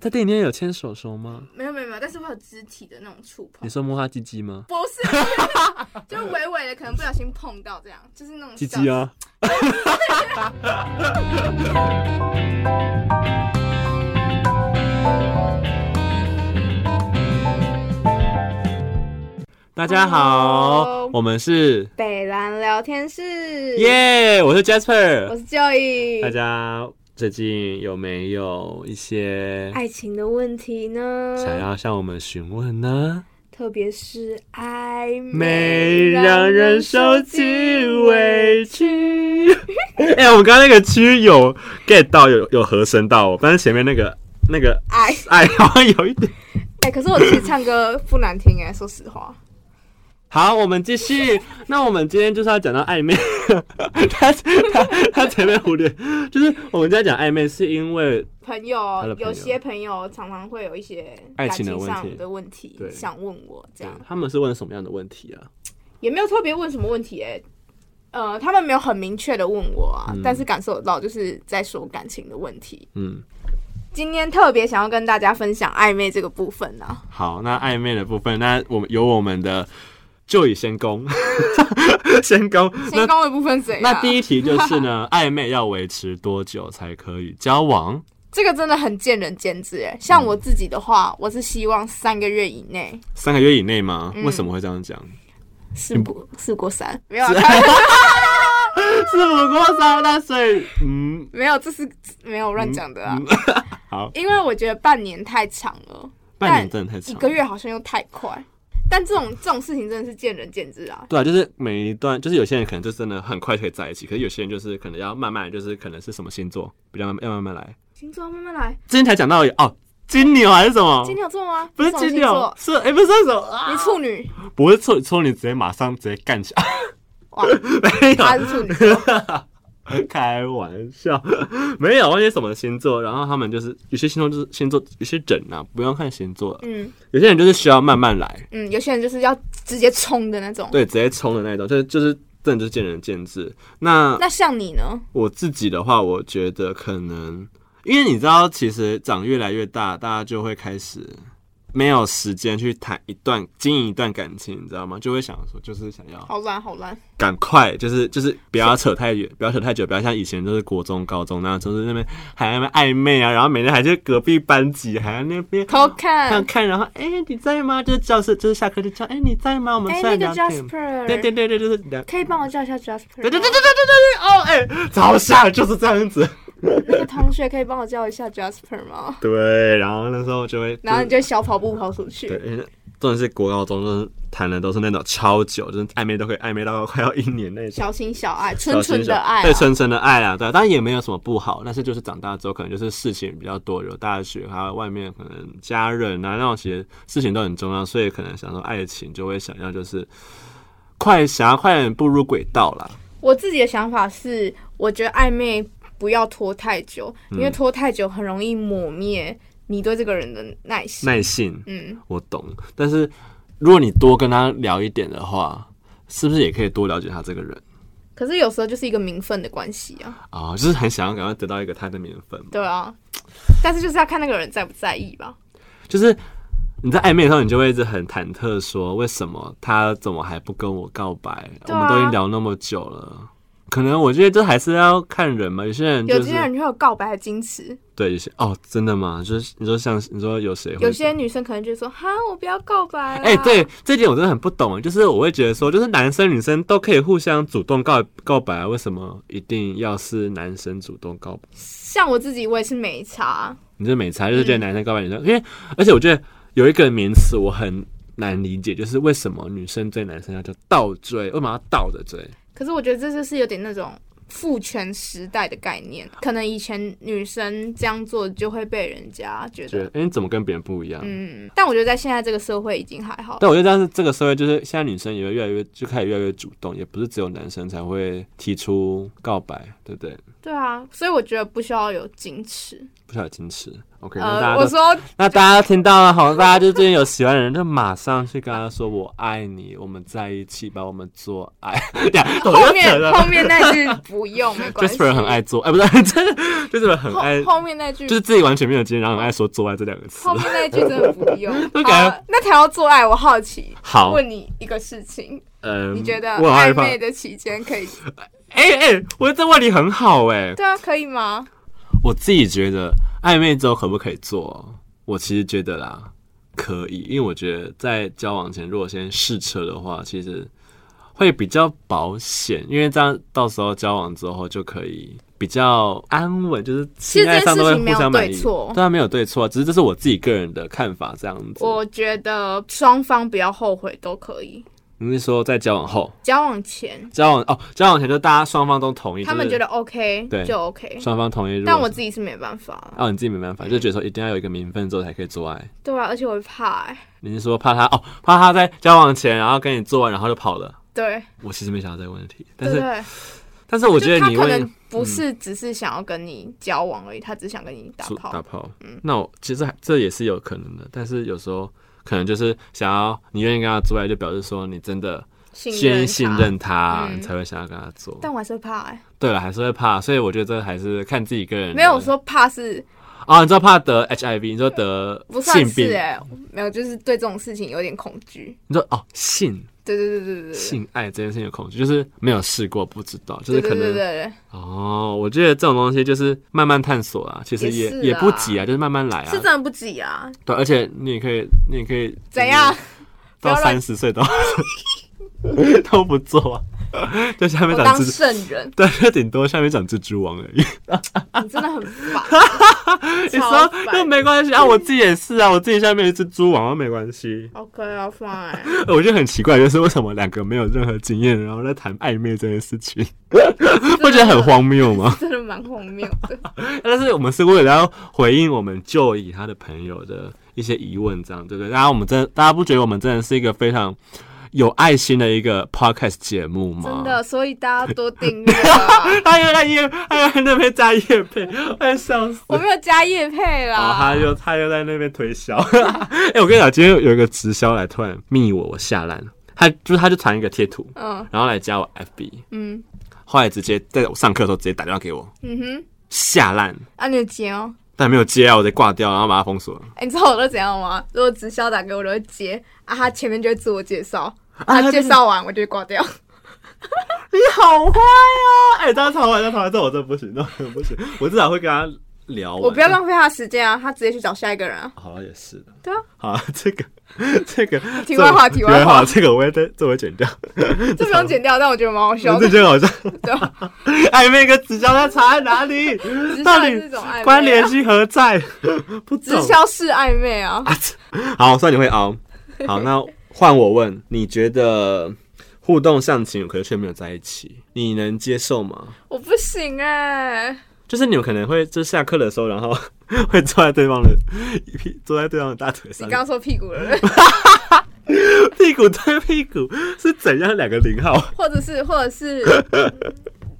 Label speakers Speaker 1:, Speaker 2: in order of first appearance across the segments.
Speaker 1: 在电影里面有牵手手吗？
Speaker 2: 没有没有没有，但是会有肢体的那种触碰
Speaker 1: 你。说摸他鸡鸡吗？
Speaker 2: 不是，不是 就是微微的，可能不小心碰到这样，就是那种
Speaker 1: 鸡
Speaker 2: 小
Speaker 1: 鸡 啊！大家好
Speaker 2: Hello，
Speaker 1: 我们是
Speaker 2: 北兰聊天室，
Speaker 1: 耶我是
Speaker 2: 我
Speaker 1: Jasper。
Speaker 2: 是 Joy。
Speaker 1: 大家最近有没有一些
Speaker 2: 爱情的问题呢？
Speaker 1: 想要向我们询问呢？
Speaker 2: 特别是暧
Speaker 1: 没
Speaker 2: 昧
Speaker 1: 让人受尽委屈。 哎、我们刚刚那个区有 get 到，有有和声到哦，但是前面那个那个
Speaker 2: 哎
Speaker 1: 哎，好像有一点。
Speaker 2: 哎，可是我其实唱歌不难听哎，说实话。
Speaker 1: 好，我们继续。那我们今天就是要讲到暧昧， 他他他前面忽略，就是我们在讲暧昧，是因为
Speaker 2: 朋
Speaker 1: 他
Speaker 2: 友
Speaker 1: 的朋友
Speaker 2: 有些朋友常常会有一些
Speaker 1: 爱
Speaker 2: 感
Speaker 1: 情的问题
Speaker 2: 上的问题
Speaker 1: 对，
Speaker 2: 想问我这样，
Speaker 1: 他们是问什么样的问题啊？
Speaker 2: 也没有特别问什么问题哎、呃，他们没有很明确的问我啊，
Speaker 1: 嗯
Speaker 2: 但是感受得到就是在说感情的问题。
Speaker 1: 嗯，
Speaker 2: 今天特别想要跟大家分享暧昧这个部分呢、啊，
Speaker 1: 好，那暧昧的部分，那我们由我们的就以先攻， 先攻。那
Speaker 2: 先攻的部分谁、啊？
Speaker 1: 那第
Speaker 2: 一
Speaker 1: 一题就是 呢，暧昧要维持多久才可以交往？
Speaker 2: 这个真的很见仁见智哎、像我自己的
Speaker 1: 嗯
Speaker 2: 话，我是希望三个月以内，
Speaker 1: 三个月以内吗？
Speaker 2: 嗯
Speaker 1: 为什么会这样讲？
Speaker 2: 事不事过三，没有啊开玩笑
Speaker 1: 是不过三，那所以嗯，
Speaker 2: 没有，这是没有乱讲的啊。
Speaker 1: 好，
Speaker 2: 因为我觉得半年太长了，
Speaker 1: 半年真的太
Speaker 2: 一
Speaker 1: 长，
Speaker 2: 个月好像又太快。但这种这种事情真的是见仁见智啊。
Speaker 1: 对啊，就是每一段，就是有些人可能就真的很快就可以在一起，可是有些人就是可能要慢慢，就是可能是什么星座，比较慢慢要慢慢来。
Speaker 2: 星座慢慢来，
Speaker 1: 之前才讲到有哦，金牛还是什么？
Speaker 2: 金牛座吗？
Speaker 1: 哦不是
Speaker 2: 什么
Speaker 1: 金
Speaker 2: 星
Speaker 1: 牛
Speaker 2: 座，，
Speaker 1: 是哎、不是那种啊，
Speaker 2: 你 处女
Speaker 1: 不是处处女，直接马上直接干起来，
Speaker 2: 哇，
Speaker 1: 没有
Speaker 2: 他是处女座，
Speaker 1: 开玩笑， 没有那些什么星座，然后他们就是有些星座就是星座，有些人啊不用看星座，
Speaker 2: 嗯
Speaker 1: 有些人就是需要慢慢来，
Speaker 2: 嗯，有些人就是要直接冲的那种。
Speaker 1: 对，直接冲的那种，就是就是真的就是见仁见智。那
Speaker 2: 那像你呢？
Speaker 1: 我自己的话，我觉得可能因为你知道，其实长越来越大，大家就会开始没有时间去谈一段经营一段感情，你知道吗？就会想说，就是想要
Speaker 2: 好烂好烂，
Speaker 1: 赶快，就是就是不要扯太远，不要扯太久，不要像以前就是国中、高中那样，就是那边还在那边暧昧啊，然后每天还去隔壁班级，还在那边
Speaker 2: 偷
Speaker 1: 看
Speaker 2: 看。
Speaker 1: 看，然后哎、你在吗？就是教室，就是下课就叫哎、你在吗？我们
Speaker 2: 哎，
Speaker 1: 出来
Speaker 2: 那个
Speaker 1: 聊天。对对
Speaker 2: Jasper，
Speaker 1: 对对，就是聊。
Speaker 2: 可以帮我叫一下 Jasper？
Speaker 1: 对对对对对对对哦，哎、超像，就是这样子。
Speaker 2: 那个同学可以帮我叫一下 Jasper 吗？
Speaker 1: 对，然后那时候就会，
Speaker 2: 然后
Speaker 1: 就
Speaker 2: 你就小跑步跑出去。
Speaker 1: 对，因为重点是国高中就是谈的都是那种超久，就是暧昧都可以暧昧到快要一年那种。
Speaker 2: 小情小爱，纯纯
Speaker 1: 小
Speaker 2: 的爱、啊，
Speaker 1: 对纯纯的爱啊，对啊，当然也没有什么不好，但是就是长大之后，可能就是事情比较多，有大学，还有外面可能家人啊，那种其实事情都很重要，所以可能想说爱情就会想要就是快想要快点步入轨道啦。
Speaker 2: 我自己的想法是，我觉得暧昧不要拖太久，因
Speaker 1: 嗯
Speaker 2: 为拖太久很容易抹灭你对这个人的耐心。
Speaker 1: 耐性
Speaker 2: 嗯，
Speaker 1: 我懂，但是如果你多跟他聊一点的话，是不是也可以多了解他这个人？
Speaker 2: 可是有时候就是一个名分的关系啊，
Speaker 1: 啊、就是很想要赶快得到一个他的名分嘛。
Speaker 2: 对啊。但是就是要看那个人在不在意吧。
Speaker 1: 就是你在暧昧的时候，你就会一直很忐忑，说为什么他怎么还不跟我告白？我
Speaker 2: 对啊
Speaker 1: 们都已经聊那么久了，可能我觉得这还是要看人嘛。有些人
Speaker 2: 有
Speaker 1: 就是
Speaker 2: 些人会有告白的矜持，
Speaker 1: 对有些哦，真的吗？就是你说像你说有谁会
Speaker 2: 有些女生可能就说：“哈，我不要告白、啊。”
Speaker 1: 哎、对这点我真的很不懂，欸就是我会觉得说，就是男生女生都可以互相主动告告白，啊为什么一定要是男生主动告白？
Speaker 2: 像我自己，我也是没差。啊
Speaker 1: 你这没差，就是觉得男生告白女生，因为而且我觉得有一个名词我很难理解，就是为什么女生追男生要叫倒追，为什么要倒着追？
Speaker 2: 可是我觉得这就是有点那种父权时代的概念，可能以前女生这样做就会被人家觉
Speaker 1: 觉
Speaker 2: 得
Speaker 1: 得哎、你怎么跟别人不一样？
Speaker 2: 嗯，但我觉得在现在这个社会已经还好。
Speaker 1: 但我觉得，但是这个社会就是现在女生也会越来越就开始越来越主动，也不是只有男生才会提出告白，对不对？
Speaker 2: 对啊，所以我觉得不需要有矜持。
Speaker 1: 不需要有矜持。OK，、那
Speaker 2: 呃，
Speaker 1: 大
Speaker 2: 我
Speaker 1: 家都
Speaker 2: 说
Speaker 1: 那大家都听到了，好，大家就最近有喜欢的人， 就马上去跟他说我爱你，我们在一起吧，我们做爱。 这样
Speaker 2: 后面后面那句不用，没关 系。
Speaker 1: Jasper 很爱做，哎，不是， 真的 Jasper 很
Speaker 2: 后
Speaker 1: 爱，
Speaker 2: 后面那句
Speaker 1: 就是自己完全没有经验，然后很爱说做爱这两个词
Speaker 2: 后。面那句真的不用。
Speaker 1: 都
Speaker 2: 好
Speaker 1: 感觉
Speaker 2: 了，那条要做爱，我好奇
Speaker 1: 好，
Speaker 2: 问你一个事情，
Speaker 1: 嗯，
Speaker 2: 你觉得
Speaker 1: 我很害
Speaker 2: 暧
Speaker 1: 怕？
Speaker 2: 昧的期间可以？
Speaker 1: 哎哎，我这问题很好哎，
Speaker 2: 对啊，可以吗？
Speaker 1: 我自己觉得暧昧之后可不可以做？我其实觉得啦，可以，因为我觉得在交往前如果先试车的话，其实会比较保险，因为这样到时候交往之后就可以比较安稳，就是
Speaker 2: 其实
Speaker 1: 性爱上都会
Speaker 2: 这件事情没
Speaker 1: 互
Speaker 2: 有
Speaker 1: 相满意
Speaker 2: 对错。
Speaker 1: 当然没有对错，只是这是我自己个人的看法，这样子。
Speaker 2: 我觉得双方不要后悔都可以。
Speaker 1: 你是说在交往后？
Speaker 2: 交往前，
Speaker 1: 交往哦，交往前就大家双方都同意，
Speaker 2: 他们
Speaker 1: 就是
Speaker 2: 觉得 OK
Speaker 1: 对
Speaker 2: 就 OK，
Speaker 1: 双方同意。如果
Speaker 2: 但我自己是没办法啊。
Speaker 1: 哦，你自己没办法，就觉得说一定要有一个名分之后才可以做爱。
Speaker 2: 对啊，而且我会怕、欸。
Speaker 1: 你是说怕他哦，怕他在交往前，然后跟你做完，然后就跑了？
Speaker 2: 对，
Speaker 1: 我其实没想到这个问题，但
Speaker 2: 对不
Speaker 1: 是
Speaker 2: 对？
Speaker 1: 但是我
Speaker 2: 我
Speaker 1: 觉得你嗯
Speaker 2: 他
Speaker 1: 问
Speaker 2: 可能不是只是想要跟你交往而已，他只想跟你打
Speaker 1: 出
Speaker 2: 炮嗯
Speaker 1: 打。炮，那我其实还这也是有可能的，但是有时候可能就是想要你愿意跟他做爱，就表示说你真的
Speaker 2: 信
Speaker 1: 先
Speaker 2: 任
Speaker 1: 信
Speaker 2: 他，
Speaker 1: 任他，
Speaker 2: 嗯
Speaker 1: 你才会想要跟他做。
Speaker 2: 但我还是会怕哎、
Speaker 1: 对了，还是会怕，所以我觉得这还是看自己个人的。
Speaker 2: 没有说怕是
Speaker 1: 哦，你知道怕得 HIV，你说得
Speaker 2: 不算
Speaker 1: 性病
Speaker 2: 是，哎、没有，就是对这种事情有点恐惧。
Speaker 1: 你说哦性
Speaker 2: 对对对对对对，
Speaker 1: 性爱这件事情有恐惧，就是没有试过不知道，就是可
Speaker 2: 对对
Speaker 1: 能哎
Speaker 2: 对对对，
Speaker 1: 哦，我觉得这种东西就是慢慢探索啊，其实
Speaker 2: 也
Speaker 1: 也
Speaker 2: 是
Speaker 1: 也
Speaker 2: 啊
Speaker 1: 不急啊，就是慢慢来啊
Speaker 2: 是。真的不挤啊？
Speaker 1: 对，而且你也可以，你也可以
Speaker 2: 怎样？？
Speaker 1: 嗯
Speaker 2: 不
Speaker 1: 到
Speaker 2: 要乱
Speaker 1: 三十岁都 都不做啊， 就下面
Speaker 2: 我
Speaker 1: 长
Speaker 2: 当
Speaker 1: 蜘蛛，
Speaker 2: 圣 人，
Speaker 1: 对，就顶多下面长蜘蛛网而已。
Speaker 2: 你真的很烦。
Speaker 1: 你
Speaker 2: 超
Speaker 1: 说
Speaker 2: 烦
Speaker 1: 又没关系啊，我自己也是啊，我自己下面有一只蛛网，没关系。
Speaker 2: OK 啊，fine。
Speaker 1: 我觉得很奇怪，就是为什么两个没有任何经验，然后在谈暧昧这件事情， 不觉得很荒谬吗？
Speaker 2: 真的蛮荒谬 的。
Speaker 1: 但是我们是为了要回应我们就以他的朋友的一些疑问，这样对不对？大家我们真大家不觉得我们真的是一个非常有爱心的一个 podcast 节目吗？
Speaker 2: 真的，所以大家多订阅 啊！
Speaker 1: 他又在夜，他又在那边加夜配，哎，笑死！
Speaker 2: 我没有加叶配
Speaker 1: 然后
Speaker 2: 啦，
Speaker 1: 他又他又在那边推销， 哎、我跟你讲，今天有一个直销来突然密我，我下烂了。他就是他就传一个贴图，
Speaker 2: 嗯
Speaker 1: 然后来加我 FB，
Speaker 2: 嗯
Speaker 1: 后来直接在我上课的时候直接打电话给我，
Speaker 2: 嗯哼，
Speaker 1: 下烂，
Speaker 2: 啊，你有接哦。
Speaker 1: 但没有接啊，我直接挂掉，然后把他封锁了。
Speaker 2: 哎、你知道我都怎样吗？如果直销打给我，我都会接啊，他前面就会自我介绍，
Speaker 1: 啊
Speaker 2: 他介绍完我就会挂掉。
Speaker 1: 你好坏
Speaker 2: 啊
Speaker 1: 哦！ 哎、大家吵完，大家吵完，这我真的不行，那我真的不行，我至少会跟他聊完。
Speaker 2: 我不要浪费他的时间啊，他直接去找下一个人 啊。
Speaker 1: 好像也是的。
Speaker 2: 对啊，
Speaker 1: 好，这个 这个
Speaker 2: 题外话
Speaker 1: 这
Speaker 2: 题
Speaker 1: 个
Speaker 2: 外话
Speaker 1: 这个我也在，这我会剪掉，
Speaker 2: 这不用剪掉，但我觉得蛮好笑
Speaker 1: 我这
Speaker 2: 的。
Speaker 1: 觉得好像 哎
Speaker 2: 对啊吧，
Speaker 1: 暧昧跟直销它差在哪里？
Speaker 2: 直销
Speaker 1: 到
Speaker 2: 还
Speaker 1: 底
Speaker 2: 是这种暧昧啊
Speaker 1: 关联性何在？ 不
Speaker 2: 直
Speaker 1: 懂。
Speaker 2: 销是暧昧啊。
Speaker 1: 啊这好，算你会 熬。好，那换我问，你觉得互动相亲，可是却没有在一起，你能接受吗？
Speaker 2: 我不行哎、
Speaker 1: 就是你们可能会就下课的时候，然后 会坐在对方的坐在对方的大腿
Speaker 2: 你
Speaker 1: 上
Speaker 2: 刚，刚说屁股的人，
Speaker 1: 屁股对屁股是怎样两个零号？
Speaker 2: 或者是或 者是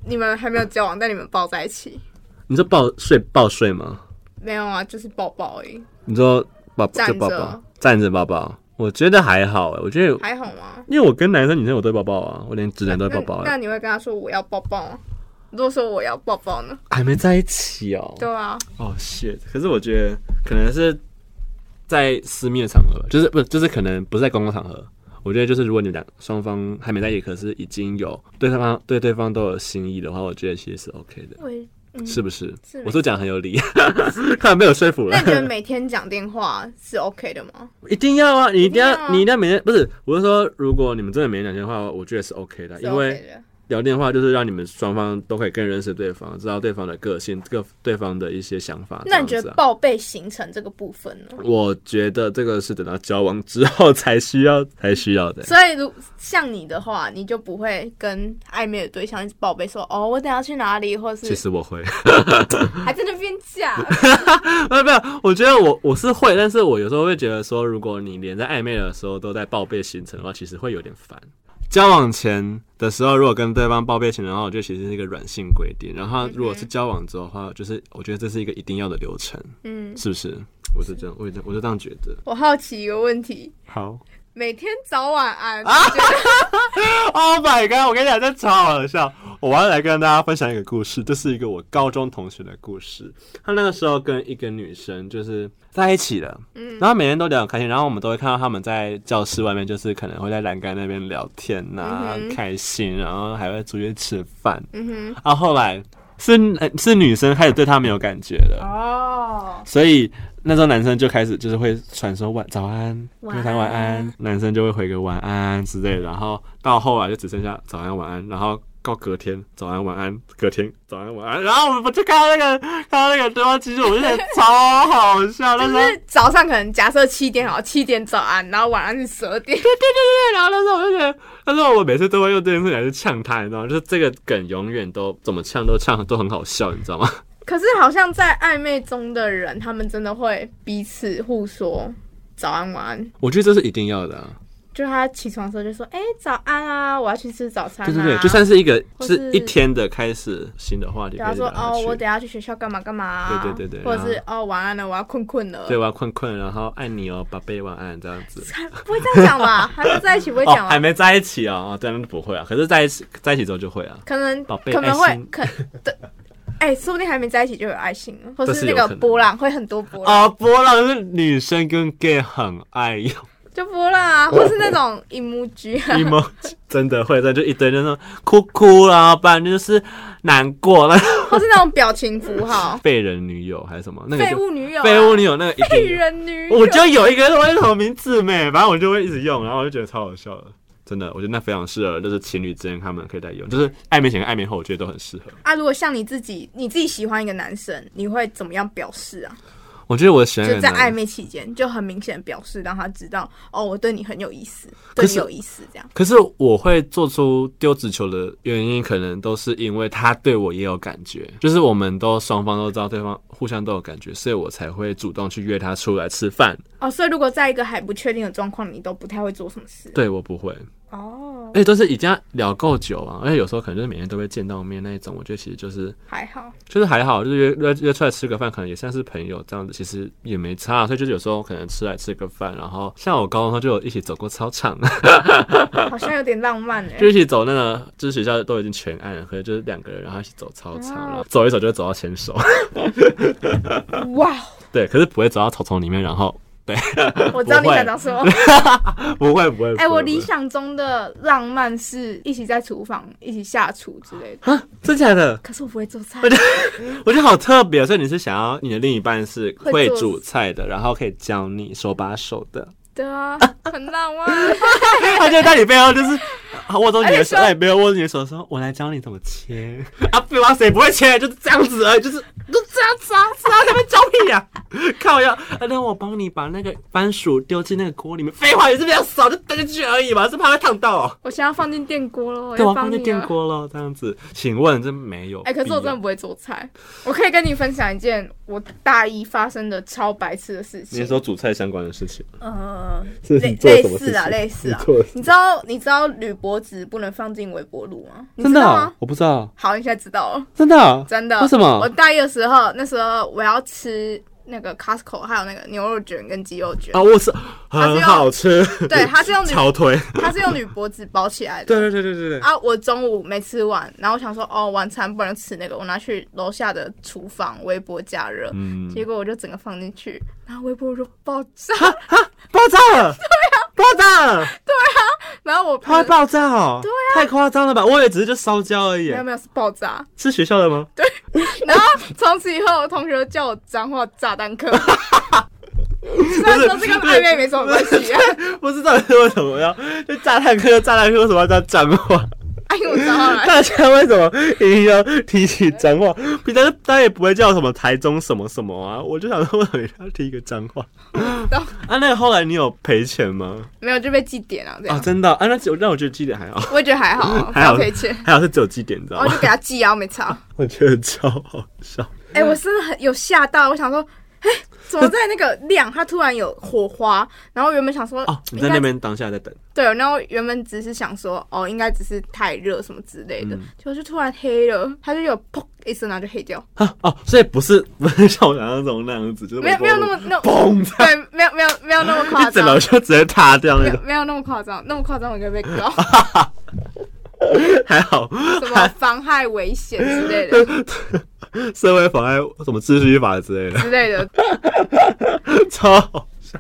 Speaker 2: 你们还没有交往，但你们抱在一起，
Speaker 1: 你说抱睡抱睡吗？
Speaker 2: 没有啊，就是抱抱而已，
Speaker 1: 你说抱
Speaker 2: 站
Speaker 1: 就
Speaker 2: 着
Speaker 1: 抱抱站着抱抱，我觉得还好哎、我觉得
Speaker 2: 还好吗？
Speaker 1: 因为我跟男生女生我都会抱抱啊，我连直男都会抱抱、
Speaker 2: 那。那
Speaker 1: 欸，
Speaker 2: 你会跟他说我要抱抱吗？如果说我要抱抱呢？
Speaker 1: 还没在一起哦。
Speaker 2: 对啊，
Speaker 1: 哦、shit！可是我觉得可能是在私密的场合吧，就是不是就是可能不是在公共场合。我觉得就是如果你们两双方还没在一起，可是已经有对对方对对方都有心意的话，我觉得其实是 OK 的，
Speaker 2: 我也嗯
Speaker 1: 是不是？
Speaker 2: 是
Speaker 1: 我是不是讲得很有 理，突然被我说服
Speaker 2: 那
Speaker 1: 了
Speaker 2: 你。觉 得每天讲电话是 OK 的吗？
Speaker 1: 一定要啊！你一定要，
Speaker 2: 一定要啊
Speaker 1: 你一定要每天不是？我是说，如果你们真的每天聊天的话，我觉得是 OK 的，啊
Speaker 2: 是
Speaker 1: 因为
Speaker 2: OK 的。
Speaker 1: 聊电话就是让你们双方都可以更认识对方，知道对方的个性，各对方的一些想法。
Speaker 2: 那你
Speaker 1: 这
Speaker 2: 觉
Speaker 1: 样子
Speaker 2: 得
Speaker 1: 啊
Speaker 2: 报备行程这个部分呢？
Speaker 1: 我觉得这个是等到交往之后才需要才需要的。
Speaker 2: 所以如像你的话，你就不会跟暧昧的对象一直报备说哦，我等下去哪里，或
Speaker 1: 其
Speaker 2: 是
Speaker 1: 实我会，
Speaker 2: 还在那边讲。
Speaker 1: 没有没有，我觉得我我是会，但是我有时候会觉得说，如果你连在暧昧的时候都在报备行程的话，其实会有点烦。交往前的时候，如果跟对方报备前的话，我觉得其实是一个软性规定。然后如果是交往之后的话，就是我觉得这是一个一定要的流程，
Speaker 2: 嗯，
Speaker 1: 是不是？我是这样，我也这样，我就这样觉得。
Speaker 2: 我好奇一个问题，
Speaker 1: 好
Speaker 2: 每天早晚安，
Speaker 1: 啊，Oh my god！我跟你讲，这超好笑。我要来跟大家分享一个故事，这是一个我高中同学的故事。他那个时候跟一个女生就是在一起了，
Speaker 2: 嗯
Speaker 1: 然后每天都聊得很开心，然后我们都会看到他们在教室外面，就是可能会在栏杆那边聊天呐、
Speaker 2: 嗯哼
Speaker 1: 开心，然后还会出去吃饭。
Speaker 2: 嗯
Speaker 1: 啊，后来是呃是女生开始对他没有感觉
Speaker 2: 哼，
Speaker 1: 了，
Speaker 2: 哦，
Speaker 1: 所以那时候男生就开始就是会传说晚早安，
Speaker 2: 晚
Speaker 1: 跟他晚安
Speaker 2: 安，
Speaker 1: 男生就会回个晚安之类的，然后到后来就只剩下早安晚安，然后。到隔天早安晚安，隔天早安晚安，然后我们就看到那个看到那个对话记录，我就觉得超好笑。那
Speaker 2: 就
Speaker 1: 时候
Speaker 2: 是早上可能假设七点好，七点早安，然后晚上是十二点，
Speaker 1: 然后那时候我就觉得，那时候我每次都会用这件事情来去呛他，你知道吗？就是这个梗永远都怎么呛都呛都很好笑，你知道吗？
Speaker 2: 可是好像在暧昧中的人，他们真的会彼此互说早安晚安。
Speaker 1: 我觉得这是一定要的、啊，
Speaker 2: 就他起床的时候就说：“哎、早安啊，我要去吃早餐、啊。”
Speaker 1: 对对对，就算是一个
Speaker 2: 或
Speaker 1: 是
Speaker 2: 是
Speaker 1: 一天的开始，新的话题
Speaker 2: 对他
Speaker 1: 开始
Speaker 2: 说：“
Speaker 1: 聊下
Speaker 2: 哦，我
Speaker 1: 去。
Speaker 2: 等下去学校干嘛干嘛、啊。”
Speaker 1: 对对对对
Speaker 2: 或者是“哦，晚安了，我要困困了。”
Speaker 1: 对，我要困困，然后爱你哦，宝贝，晚安，这样子。
Speaker 2: 才不会这样讲吧？还没在一起不会
Speaker 1: 哦
Speaker 2: 讲，吧？
Speaker 1: 还没在一起哦，哦，当然不会啊。可是在一起，在一起之后就会啊。
Speaker 2: 可能
Speaker 1: 宝贝
Speaker 2: 可能
Speaker 1: 爱
Speaker 2: 会
Speaker 1: 心
Speaker 2: 可对，哎、说不定还没在一起就有爱心了，或
Speaker 1: 这
Speaker 2: 是
Speaker 1: 是
Speaker 2: 那
Speaker 1: 有
Speaker 2: 个
Speaker 1: 可能
Speaker 2: 波浪会很多波浪，
Speaker 1: 啊，波浪是女生跟 gay 很爱 用
Speaker 2: 就波浪啊，或是那种 emoji 啊，
Speaker 1: emoji，真的会，那就一堆那种哭哭啦，不然就是难过了。。
Speaker 2: 或是那种表情符号
Speaker 1: 废人女友还是什么？ 那个
Speaker 2: 废
Speaker 1: 就
Speaker 2: 物女友、啊，
Speaker 1: 废物女友那个一
Speaker 2: 废
Speaker 1: 定有，
Speaker 2: 人女友，
Speaker 1: 我就有一个我什么名字没，反正我就会一直用，然后我就觉得超好笑的。真的，我觉得那非常适合，就是情侣之间他们可以在用，就是暧昧前跟暧昧后，我觉得都很适合。
Speaker 2: 啊，如果像你自己，你自己喜欢一个男生，你会怎么样表示啊？
Speaker 1: 我觉得我喜欢一
Speaker 2: 就
Speaker 1: 个
Speaker 2: 在暧
Speaker 1: 男，
Speaker 2: 昧期间，就很明显地表示，让他知道哦，我对你很有意思，
Speaker 1: 可
Speaker 2: 对
Speaker 1: 是
Speaker 2: 你有意思，这样。
Speaker 1: 可是我会做出丢直球的原因，可能都是因为他对我也有感觉，就是我们都双方都知道对方互相都有感觉，所以我才会主动去约他出来吃饭。
Speaker 2: 哦，所以如果在一个还不确定的状况，你都不太会做什么事。
Speaker 1: 对我不会，
Speaker 2: 哦
Speaker 1: 而，且都是已经聊够久啊，而且有时候可能就是每天都会见到面那一种，我觉得其实就是
Speaker 2: 还好，
Speaker 1: 就是还好，就是约约约出来吃个饭，可能也算是朋友这样子，其实也没差，所以就是有时候可能吃来吃个饭，然后像我高中的时候就有一起走过操场，
Speaker 2: 好像有点浪漫哎、
Speaker 1: 就一起走那个，就是学校都已经全暗了，可能就是两个人，然后一起走操场，
Speaker 2: 哦
Speaker 1: 然后走一走就会走到牵手，
Speaker 2: 哇，
Speaker 1: 对，可是不会走到草丛里面，然后
Speaker 2: 我知道你
Speaker 1: 不会
Speaker 2: 想讲什么。
Speaker 1: 不会不会，
Speaker 2: 哎、
Speaker 1: 不
Speaker 2: 我
Speaker 1: 会
Speaker 2: 理想中的浪漫是一起在厨房一起下厨之类的，
Speaker 1: 啊，真假的，
Speaker 2: 可是我不会做菜。
Speaker 1: 我觉得好特别，所以你是想要你的另一半是
Speaker 2: 会
Speaker 1: 会
Speaker 2: 做
Speaker 1: 煮菜的，然后可以教你手把手的。
Speaker 2: 对啊，很浪 漫。
Speaker 1: 他就在你背后就是啊握住你的手，
Speaker 2: 哎而且说
Speaker 1: 他也没有握住你的手，说我来教你怎么切 啊，不然谁不会切，就是这样子而已，就是就这样子啊，是啊，他们教屁呀、看我要，啊那我帮你把那个番薯丢进那个锅里面，废话也是比较少，就丢进去而已嘛，是怕会烫到、哦。
Speaker 2: 我想要放进电锅了，我
Speaker 1: 对，
Speaker 2: 要
Speaker 1: 我
Speaker 2: 帮
Speaker 1: 放
Speaker 2: 你啊
Speaker 1: 进电
Speaker 2: 了。
Speaker 1: 锅了，这样子，请问这没有必
Speaker 2: 哎、
Speaker 1: 要？
Speaker 2: 可是我真的不会做菜，我可以跟你分享一件我大一发生的超白痴的事
Speaker 1: 你
Speaker 2: 情
Speaker 1: 是。说煮菜相关的事情，
Speaker 2: 呃，
Speaker 1: 是
Speaker 2: 类
Speaker 1: 你做了
Speaker 2: 类
Speaker 1: 什么
Speaker 2: 似
Speaker 1: 事
Speaker 2: 啊，
Speaker 1: 情？
Speaker 2: 类似啊
Speaker 1: 你。做了
Speaker 2: 你知道你知道铝箔纸不能放进微波炉吗？你
Speaker 1: 真
Speaker 2: 知
Speaker 1: 的
Speaker 2: 道
Speaker 1: 哦
Speaker 2: 吗？？
Speaker 1: 我不知道，
Speaker 2: 好，你现在知道了，
Speaker 1: 真的哦
Speaker 2: 真的。
Speaker 1: 为什
Speaker 2: 我
Speaker 1: 么？
Speaker 2: 大一的时候，那时候我要吃那个 Costco，还有那个牛肉卷跟鸡肉卷。
Speaker 1: 啊，我是
Speaker 2: 是
Speaker 1: 很
Speaker 2: 用
Speaker 1: 好吃，
Speaker 2: 对，它是用 铝，
Speaker 1: 超推。
Speaker 2: 它是用铝箔纸包起来的。
Speaker 1: 对对对对对对。
Speaker 2: 啊，我中午没吃完，然后我想说，哦，晚餐不能吃那个，我拿去楼下的厨房微波加热。
Speaker 1: 嗯，
Speaker 2: 结果我就整个放进去，然后微波炉就爆炸，
Speaker 1: 爆炸了！对啊，爆炸了！
Speaker 2: 然后我
Speaker 1: 它会
Speaker 2: 朋友
Speaker 1: 爆炸哦！对啊，太夸张了吧！我也只是就烧焦而已
Speaker 2: 没，有没有是爆炸，
Speaker 1: 是学校的吗？
Speaker 2: 然后从此以后，我同学都叫我脏话炸弹 客。虽然说这跟暧昧没什么关系啊，
Speaker 1: 不知道为什么要就炸弹课就炸弹课为什么要这样脏话？
Speaker 2: 哎，我脏话来。
Speaker 1: 大家为什么一定要提起脏话？平常大家也不会叫什么台中什么什么啊，我就想说为什么一定要提一个脏 话？
Speaker 2: 道
Speaker 1: 啊，那个后来你有赔钱吗？
Speaker 2: 没有就被记点了，这
Speaker 1: 啊，
Speaker 2: 样
Speaker 1: 真的啊，那只有那我觉得记点还好，
Speaker 2: 我也觉得还好，不
Speaker 1: 还好哦
Speaker 2: 要赔钱，
Speaker 1: 还好是只有记点，你知
Speaker 2: 然
Speaker 1: 道
Speaker 2: 后
Speaker 1: 吗？
Speaker 2: 就给他记啊，我没查。
Speaker 1: 我觉得超好笑。
Speaker 2: 哎，我真的很有吓到，我想说，哎，怎么在那个亮，它突然有火花，然后原本想说
Speaker 1: 哦，你
Speaker 2: 应
Speaker 1: 在
Speaker 2: 该
Speaker 1: 那边当下在等，
Speaker 2: 对，然后原本只是想说，哦，应该只是太热什么之类
Speaker 1: 嗯
Speaker 2: 的，结果就突然黑了，它就有砰一声，然后就黑掉，
Speaker 1: 啊哦，所以不是不是像我想象中那样子，就是
Speaker 2: 没有没有那么那么
Speaker 1: 嘣，
Speaker 2: 对，没有没有没有那么夸
Speaker 1: 一整
Speaker 2: 张，
Speaker 1: 楼就直接塌掉
Speaker 2: 没
Speaker 1: 那
Speaker 2: 有
Speaker 1: 种，
Speaker 2: 没有那么夸张，那么夸张我应该被 告
Speaker 1: 还好
Speaker 2: 什么妨害危险之类的
Speaker 1: 社会妨碍什么秩序法之类的，
Speaker 2: 之类的，
Speaker 1: 超好笑。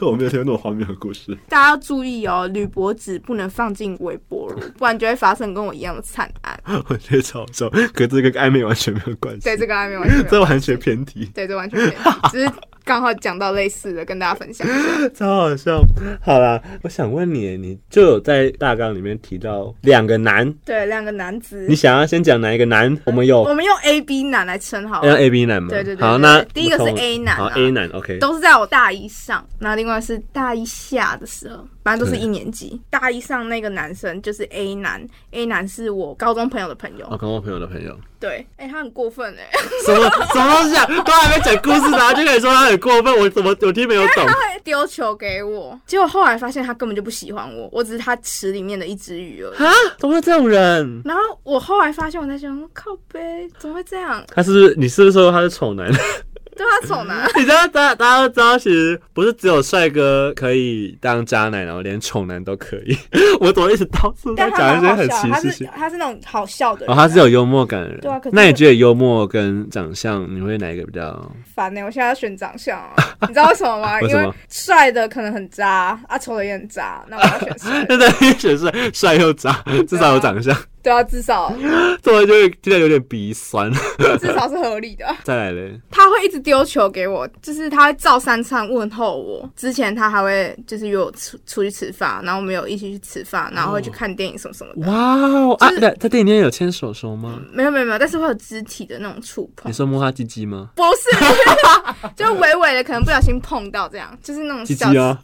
Speaker 1: 我没有听过那么荒谬的故事。
Speaker 2: 大家要注意哦，铝箔纸不能放进微波炉，不然就会发生跟我一样的惨案。
Speaker 1: 我觉得超好笑，可这个跟暧昧完全没有关系。
Speaker 2: 对，这个还没完全没 有，
Speaker 1: 这完全偏题，
Speaker 2: 对，这完全没有，只是刚好讲到类似的，跟大家分享。
Speaker 1: 超好笑。好啦，我想问你，你就有在大纲里面提到两个男，
Speaker 2: 对，两个男子
Speaker 1: 你，想要先讲哪一个男？我们有
Speaker 2: 我们用 A、B 男来称好了
Speaker 1: 要 A B 男吗？
Speaker 2: 哦对对对
Speaker 1: 好，
Speaker 2: 对
Speaker 1: 那
Speaker 2: 第一个是
Speaker 1: 我从
Speaker 2: A 男啊
Speaker 1: 好 A 男，OK。
Speaker 2: 都是在我大一上，那另外是大一下的时候，反正都是一年级。大一上那个男生就是 A 男，A 男是我高中朋友的朋友，
Speaker 1: 我哦跟我朋友的朋友，
Speaker 2: 对，哎、他很过分哎、
Speaker 1: 什么什么东西啊？都还没讲故事，然后就可以说他很过分，我怎么我听没有懂？
Speaker 2: 他还丢球给我，结果后来发现他根本就不喜欢我，我只是他池里面的一只鱼而已。
Speaker 1: 啊，怎么会这种人？
Speaker 2: 然后我后来发现，我在想，靠背怎么会这样？
Speaker 1: 他是不是你是不是说他是丑男？
Speaker 2: 对啊他 丑男，
Speaker 1: 你知道大家大家都知道，其实不是只有帅哥可以当渣男，然后连丑男都可以。 我怎么一直到处在
Speaker 2: 但他
Speaker 1: 讲一些很
Speaker 2: 蛮好
Speaker 1: 奇
Speaker 2: 笑，他
Speaker 1: 事
Speaker 2: 是
Speaker 1: 情？
Speaker 2: 他是那种好笑的人
Speaker 1: 哦，
Speaker 2: 啊，
Speaker 1: 他是有幽默感的人。
Speaker 2: 对啊可是
Speaker 1: 那你觉得幽默跟长相，你会哪一个比较？
Speaker 2: 烦欸呢、我现在要选长相、啊，你知道为什么吗？
Speaker 1: 为什
Speaker 2: 因
Speaker 1: 么
Speaker 2: 为帅的可能很渣，啊，丑的也很渣，那我要选帅的。
Speaker 1: 那在选帅，帅又渣，
Speaker 2: 啊
Speaker 1: 至少有长相，
Speaker 2: 对啊，至 少
Speaker 1: 这么就会听起来有点鼻酸。
Speaker 2: 至少是合理的。
Speaker 1: 再来嘞，
Speaker 2: 他会一直丢球给我，就是他会照三餐问候我。之前他还会就是约我出出去吃饭，然后我们有一起去吃饭，然后会去看电影什么什么的。
Speaker 1: 哇哦啊！
Speaker 2: 就是
Speaker 1: 在在电影里面有牵手手吗？
Speaker 2: 嗯没有没有没有，但是会有肢体的那种触碰
Speaker 1: 你，说摸他鸡鸡吗？
Speaker 2: 不是，就微微的可能不小心碰到这样，就是那种
Speaker 1: 鸡
Speaker 2: 小
Speaker 1: 鸡啊！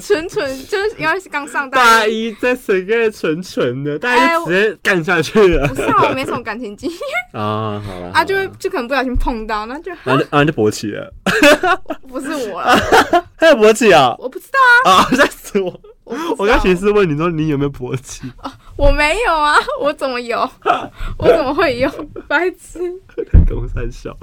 Speaker 2: 纯纯就是因为是刚上大
Speaker 1: 大
Speaker 2: 一，
Speaker 1: 一在整个纯纯的，大
Speaker 2: 哎
Speaker 1: 一
Speaker 2: 我
Speaker 1: 直接干下去了
Speaker 2: 不是啊，我没什么感情经验
Speaker 1: 啊！好了
Speaker 2: 啊，就会
Speaker 1: 好了
Speaker 2: 就可能不小心碰到，那就
Speaker 1: 然后就然后就勃起了。
Speaker 2: 不是我了，
Speaker 1: 他有勃起啊！
Speaker 2: 我不知道啊，
Speaker 1: 啊， 吓死我！
Speaker 2: 我不知道啊哦
Speaker 1: 我刚其实是问你说你有没有勃起，
Speaker 2: 我没有啊， 我怎 么有？我怎么会有？白痴，
Speaker 1: 公三小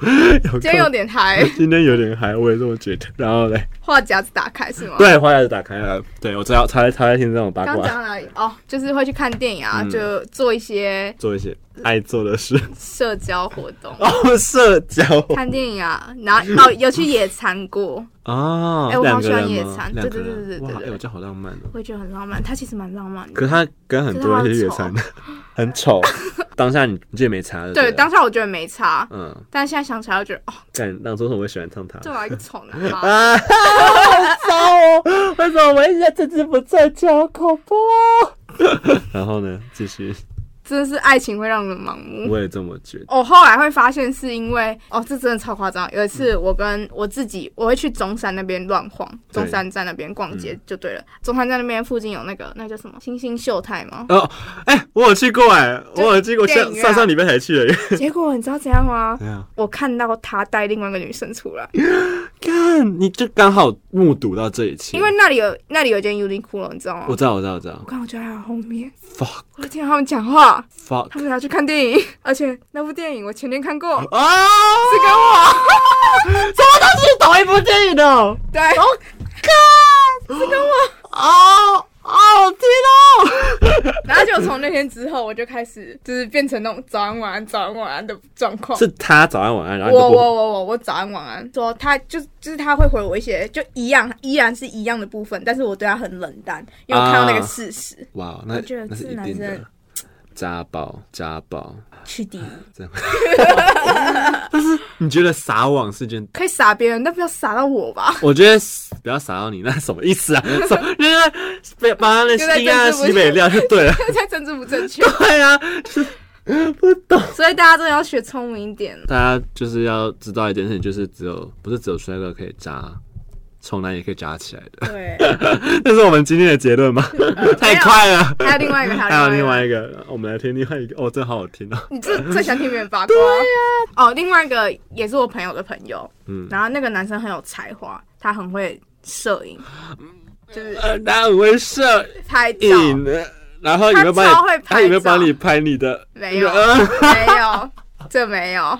Speaker 1: 有
Speaker 2: 今天有
Speaker 1: 空。
Speaker 2: 点嗨，
Speaker 1: 今天有点嗨，我也这么觉得。然后嘞，
Speaker 2: 话匣子打开是吗？
Speaker 1: 对，花匣子打开了。对，我知道，他他在听这种八
Speaker 2: 刚
Speaker 1: 卦，
Speaker 2: 讲到哪里？哦，就是会去看电影啊，
Speaker 1: 嗯
Speaker 2: 就做一些
Speaker 1: 做一些爱做的事，
Speaker 2: 社交活动，
Speaker 1: 哦，社 交
Speaker 2: 看电影啊，然 后哦有去野餐过，
Speaker 1: 啊，
Speaker 2: 哎我
Speaker 1: 两
Speaker 2: 好
Speaker 1: 个
Speaker 2: 喜欢
Speaker 1: 人
Speaker 2: 野
Speaker 1: 吗？
Speaker 2: 餐
Speaker 1: 两个
Speaker 2: 对对对对
Speaker 1: 人，
Speaker 2: 对
Speaker 1: 哇，
Speaker 2: 对
Speaker 1: 哎，我觉得好浪漫哦。
Speaker 2: 我也觉得很浪漫。他其实蛮浪漫
Speaker 1: 可
Speaker 2: 的。
Speaker 1: 是他跟很多人去野餐，很 丑。当下你你这也没差的，
Speaker 2: 对，
Speaker 1: 不
Speaker 2: 当下我觉得没差，
Speaker 1: 嗯，
Speaker 2: 但现在想起来，我觉得哦，
Speaker 1: 干当初我会喜欢唱他
Speaker 2: 这么 一个丑男吧。
Speaker 1: 啊，好糟哦！为什么我们一直在政治不正确？好恐怖哦！然后呢，继续，
Speaker 2: 真的是爱情会让人盲目。
Speaker 1: 我也这么觉得。
Speaker 2: 我后来会发现是因为哦，这真的超夸张。有一次
Speaker 1: 嗯
Speaker 2: 我跟我自己，我会去中山那边乱晃，
Speaker 1: 对？
Speaker 2: 中山站那边逛街就对了。中山站那边附近有那个那叫什么星星秀泰吗
Speaker 1: 哦，哎、我有去过哎、
Speaker 2: 就
Speaker 1: 我有去过，
Speaker 2: 电
Speaker 1: 上
Speaker 2: 影院啊
Speaker 1: 上上礼拜才去的。
Speaker 2: 结果你知道怎样吗？
Speaker 1: 对啊，
Speaker 2: 我看到他带另外一个女生出来，
Speaker 1: 看你就刚好目睹到这一切。
Speaker 2: 因为那里有那里有一间 Uniqlo，你知道吗？
Speaker 1: 我
Speaker 2: 我
Speaker 1: 知道，我知道，我知道。
Speaker 2: 刚好就在他后面，
Speaker 1: Fuck
Speaker 2: 我听到他们讲话，
Speaker 1: fuck
Speaker 2: 他们俩去看电影，而且那部电影我前天看过，
Speaker 1: 啊！
Speaker 2: 是跟我
Speaker 1: 什 么东西是同一部电影的？啊
Speaker 2: 对，
Speaker 1: 哦看，是跟我哦哦，我听到。
Speaker 2: 然后就从那天之后，我就开始就是变成那种早安晚安、早安晚安的状 况。
Speaker 1: 是他早安晚安，然后
Speaker 2: 我
Speaker 1: 你就
Speaker 2: 我
Speaker 1: 不
Speaker 2: 我我我早安晚安，说他就就是他会回我一些就一样，依然是一样的部分，但是我对他很冷淡，因为我看到那
Speaker 1: 啊
Speaker 2: 个事实，
Speaker 1: 哇，那
Speaker 2: 我觉得
Speaker 1: 那是
Speaker 2: 这
Speaker 1: 一
Speaker 2: 男
Speaker 1: 定的
Speaker 2: 生
Speaker 1: 渣爆渣爆。
Speaker 2: 去地狱，
Speaker 1: 你觉得撒网是件？
Speaker 2: 可以撒别人，但不要撒到我吧。
Speaker 1: 我觉得不要撒到你，那什么意 思啊？什么就是被把那
Speaker 2: 就在
Speaker 1: 西安
Speaker 2: 政治不
Speaker 1: 西北料就对 了。
Speaker 2: 这政治不正 确，
Speaker 1: 对啊，就是不懂。
Speaker 2: 所以大家真的要学聪明一点。
Speaker 1: 大家就是要知道一件事情，就是只有不是只有帅哥可以渣，从南也可以夹起来的。
Speaker 2: 对，
Speaker 1: 这是我们今天的结论 吗？太快了。
Speaker 2: 还有另外一个，
Speaker 1: 还有另外
Speaker 2: 一个，
Speaker 1: 一个，我们来听另外一个。哦，这好好听哦。
Speaker 2: 你最最想听别人八卦？对呀、哦，另外一个也是我朋友的朋友，
Speaker 1: 嗯，
Speaker 2: 然后那个男生很有才华，他很会摄影，就是
Speaker 1: 呃，他很会摄
Speaker 2: 拍照。
Speaker 1: 影，然后有没有帮
Speaker 2: 他超会
Speaker 1: 你？
Speaker 2: 拍
Speaker 1: 他有没有帮
Speaker 2: 照
Speaker 1: 你拍你的？
Speaker 2: 没有，
Speaker 1: 呃
Speaker 2: 没有，这没有，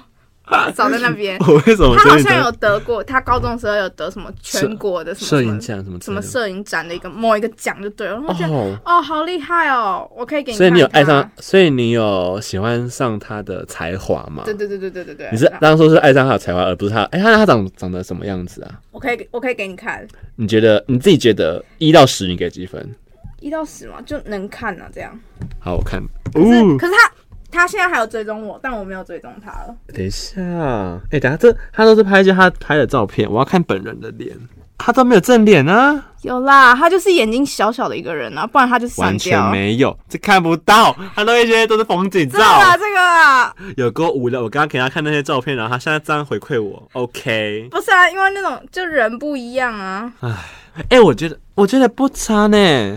Speaker 2: 早在那边。
Speaker 1: 我为什么
Speaker 2: 他
Speaker 1: 觉
Speaker 2: 好
Speaker 1: 得你
Speaker 2: 像
Speaker 1: 的
Speaker 2: 有得过，他高中的时候有得什么全国的什么
Speaker 1: 摄影
Speaker 2: 什么
Speaker 1: 奖什么之
Speaker 2: 什么
Speaker 1: 类的
Speaker 2: 摄影展的一个某一个奖就对了。然后我觉得
Speaker 1: 哦？
Speaker 2: 哦，好厉害哦，我可以给你。
Speaker 1: 所以你有爱上？，所以你有喜欢上他的才华吗？
Speaker 2: 对对对对对对对。
Speaker 1: 你是啊当初是爱上他的才华，而不是他。哎、他他长长得什么样子啊？
Speaker 2: 我可以给我可以给你看
Speaker 1: 你觉得你自己觉得一到十，你给几分？
Speaker 2: 一到十嘛，就能看啊这样。
Speaker 1: 好，我看。
Speaker 2: 可是
Speaker 1: 哦，
Speaker 2: 可是他他现在还有追踪我，但我没有追踪他了。
Speaker 1: 等一下，哎、等一下这他都是拍一些他拍的照片，我要看本人的脸，他都没有正脸啊，
Speaker 2: 有啦，他就是眼睛小小的一个人啊，不然他就
Speaker 1: 完
Speaker 2: 删
Speaker 1: 全
Speaker 2: 掉。
Speaker 1: 没有，这看不到，他都一些都是风景
Speaker 2: 这个啊，
Speaker 1: 照，
Speaker 2: 这个啊，
Speaker 1: 有够无聊。我刚刚给他看那些照片，然后他现在这样回馈我，OK。
Speaker 2: 不是啊，因为那种就人不一样啊。
Speaker 1: 哎、我觉得我觉得不差呢，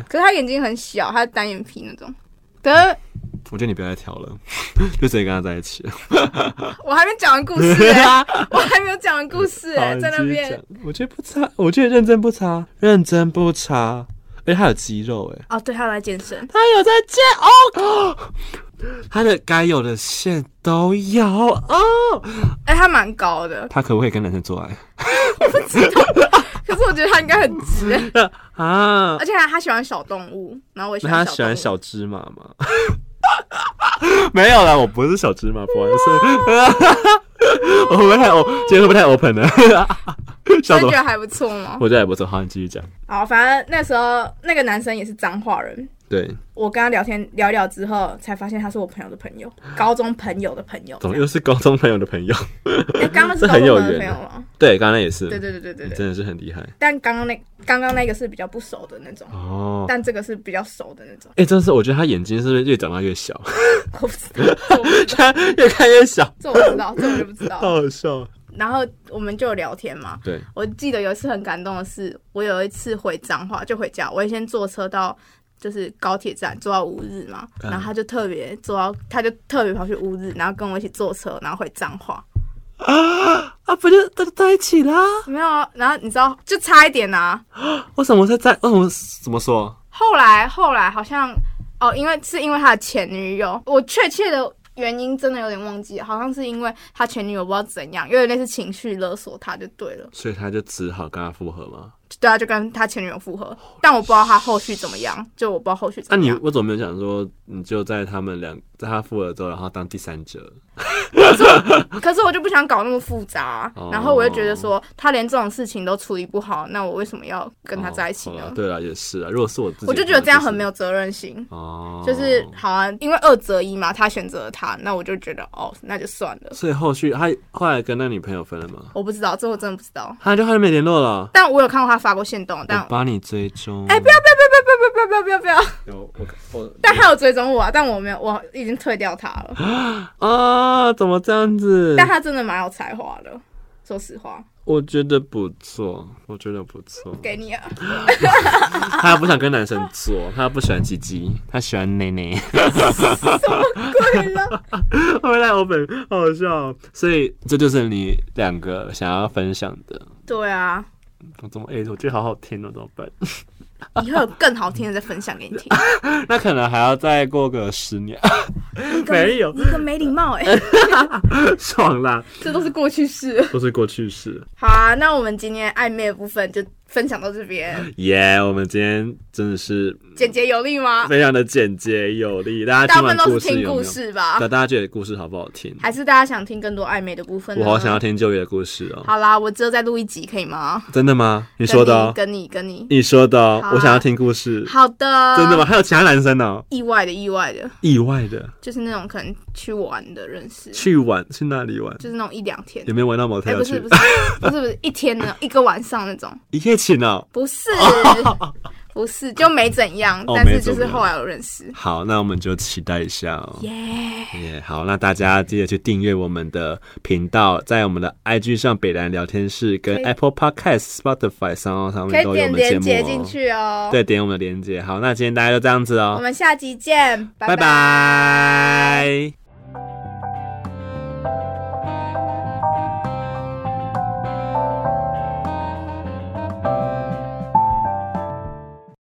Speaker 2: 可是他眼睛很小，他是单眼皮那种。可是
Speaker 1: 我觉得你不要再挑了， 就直接跟他在一 起了。
Speaker 2: 我还没讲完故事、
Speaker 1: 啊
Speaker 2: 欸，我还没有讲完故事、
Speaker 1: 好
Speaker 2: 欸，
Speaker 1: 你
Speaker 2: 在那
Speaker 1: 继续
Speaker 2: 边
Speaker 1: 讲。我觉得不差，我觉得认真不差，认真不差，而且他有肌肉哎，
Speaker 2: 哦，对，他有来健身，
Speaker 1: 他有在健哦， 他的该有的线都有哦。
Speaker 2: 哎、他蛮高的，
Speaker 1: 他可不可以跟男生做爱
Speaker 2: 可是我觉得他应该很直，
Speaker 1: 啊？
Speaker 2: 而且他他喜欢小动物，然后我也喜
Speaker 1: 那
Speaker 2: 欢
Speaker 1: 他
Speaker 2: 小
Speaker 1: 喜欢
Speaker 2: 动物
Speaker 1: 小芝麻吗？ 没有啦，我不是小芝麻，不好意思。 我会不会太 o 今天会不会太 open 了？ 笑死
Speaker 2: 真的
Speaker 1: 我
Speaker 2: 觉！得还不错吗？
Speaker 1: 我觉得还不错，好，你继续讲。
Speaker 2: 好，反正那时候那个男生也是彰化人，
Speaker 1: 对，
Speaker 2: 我跟他聊天聊一聊之后，才发现他是我朋友的朋友，高中朋友的朋友。
Speaker 1: 怎么又是高中朋友的朋友？
Speaker 2: 哎，刚刚是
Speaker 1: 这
Speaker 2: 高
Speaker 1: 很
Speaker 2: 中
Speaker 1: 有
Speaker 2: 朋友的
Speaker 1: 缘
Speaker 2: 朋友吗？
Speaker 1: 对，刚刚也是，
Speaker 2: 对对对对对
Speaker 1: 你
Speaker 2: 对。
Speaker 1: 真的是很厉害。
Speaker 2: 但刚刚那刚刚那个是比较不熟的那种，
Speaker 1: 哦，
Speaker 2: 但这个是比较熟的那种。
Speaker 1: 哎、真的是，我觉得他眼睛是不是越长大越小，
Speaker 2: 我不知道，这我
Speaker 1: 他越看越小，
Speaker 2: 这我不知道，这我就不知道
Speaker 1: 好。好笑。
Speaker 2: 然后我们就有聊天嘛。
Speaker 1: 对，
Speaker 2: 我记得有一次很感动的是，我有一次回彰化就回家，我先坐车到就是高铁站，坐到乌日嘛，
Speaker 1: 嗯
Speaker 2: 然后他就特别坐到，他就特别跑去乌日，然后跟我一起坐车，然后回彰化。
Speaker 1: 啊，不就在在一起啦？
Speaker 2: 没有啊，然后你知道就差一点啊。
Speaker 1: 为什么是在？为什么怎么说？
Speaker 2: 后来后来好像哦，因为是因为他的前女友，我确切的。原因真的有点忘记了，好像是因为他前女友不知道怎样，有点类似情绪勒索他就对了。
Speaker 1: 所以他就只好跟他复合吗？
Speaker 2: 对啊，就跟他前女友复合，但我不知道他后续怎么样，就我不知道后续
Speaker 1: 那、
Speaker 2: 怎么
Speaker 1: 你
Speaker 2: 样。
Speaker 1: 为什么没有想说，你就在他们两在他复合之后，然后当第三者？
Speaker 2: 可是我就不想搞那么复杂啊、
Speaker 1: 哦
Speaker 2: 然后我就觉得说，他连这种事情都处理不好，那我为什么要跟他在一起
Speaker 1: 哦好
Speaker 2: 呢
Speaker 1: 啦？对了，也是啊。如果是我自己的话，
Speaker 2: 我就觉得这样很没
Speaker 1: 有
Speaker 2: 有责任心。
Speaker 1: 哦，
Speaker 2: 就是好啊，因为二择一嘛，他选择了他，那我就觉得哦，那就算了。
Speaker 1: 所以后续他后来跟那女朋友分了吗？
Speaker 2: 我不知道，这我真的不知道。
Speaker 1: 他就后来没联络了。
Speaker 2: 但我有看过他发过线动，但
Speaker 1: 我帮你追踪。
Speaker 2: 哎、不要不要不要不要不要不要不要！
Speaker 1: 有我我
Speaker 2: 但他有追踪我啊，但我没有，我已经退掉他了。
Speaker 1: 啊，怎么这样子？
Speaker 2: 但他真的蛮有才华的，说实话，
Speaker 1: 我觉得不错，我觉得不错。
Speaker 2: 给你啊。
Speaker 1: 他不想跟男生 做，他不喜欢鸡鸡，他喜欢内内。
Speaker 2: 对了，
Speaker 1: 回来我本好好笑哦，所以这就是你两个想要分享的。
Speaker 2: 对啊，
Speaker 1: 我怎么哎、我觉得好好听哦，怎么办？
Speaker 2: 以后有更好听的再分享给你听。
Speaker 1: 那可能还要再过个十 年，没有
Speaker 2: 你很没礼貌哎、
Speaker 1: 爽啦，
Speaker 2: 这都是过去式。
Speaker 1: 都是过去式。
Speaker 2: 好啊，那我们今天暧昧的部分就分享到这边，
Speaker 1: 耶、我们今天真的是
Speaker 2: 简洁有力吗？
Speaker 1: 非常的简洁有力，大家
Speaker 2: 大
Speaker 1: 听
Speaker 2: 部
Speaker 1: 完
Speaker 2: 分都
Speaker 1: 故
Speaker 2: 是
Speaker 1: 事有没
Speaker 2: 听
Speaker 1: 有？
Speaker 2: 故事吧，
Speaker 1: 对大家觉得故事好不好听？
Speaker 2: 还是大家想听更多暧昧的部分
Speaker 1: 我
Speaker 2: 呢？
Speaker 1: 好想要听就业的故事哦。
Speaker 2: 好啦，我只有再录一集，可以吗？
Speaker 1: 真的吗？你
Speaker 2: 你
Speaker 1: 说的哦，
Speaker 2: 跟你跟你，
Speaker 1: 你说的哦
Speaker 2: 好，啊
Speaker 1: 我想要听故事。
Speaker 2: 好啊的，
Speaker 1: 真的吗？？还有其他男生哦，
Speaker 2: 意外的，意外的，
Speaker 1: 意外的
Speaker 2: 就是那种可能去玩的认识，
Speaker 1: 去玩去那里玩，
Speaker 2: 就是那种一两天
Speaker 1: 有，没有玩到模特
Speaker 2: 哎、
Speaker 1: 要
Speaker 2: 不
Speaker 1: 去
Speaker 2: 是不？是不是不是一天的，一个晚上那种，
Speaker 1: 一夜情哦，
Speaker 2: 不是，不是，就没怎样，
Speaker 1: 哦
Speaker 2: 但
Speaker 1: 没
Speaker 2: 是
Speaker 1: 怎
Speaker 2: 就
Speaker 1: 么
Speaker 2: 是
Speaker 1: 样
Speaker 2: 后来有认识。
Speaker 1: 好，那我们就期待一下哦。
Speaker 2: 耶、
Speaker 1: 耶好，那大家记得去订阅我们的频道，在我们的 IG 上北兰聊天室跟
Speaker 2: 可以
Speaker 1: Apple Podcast、Spotify 上上
Speaker 2: 可
Speaker 1: 面
Speaker 2: 以
Speaker 1: 都有我
Speaker 2: 点
Speaker 1: 们节
Speaker 2: 连
Speaker 1: 目、
Speaker 2: 接
Speaker 1: 哦。
Speaker 2: 进去哦。，
Speaker 1: 对，啊点我哦们的连接。好，那今天大家就这样子
Speaker 2: 我
Speaker 1: 哦，
Speaker 2: 们下集见，拜
Speaker 1: 拜拜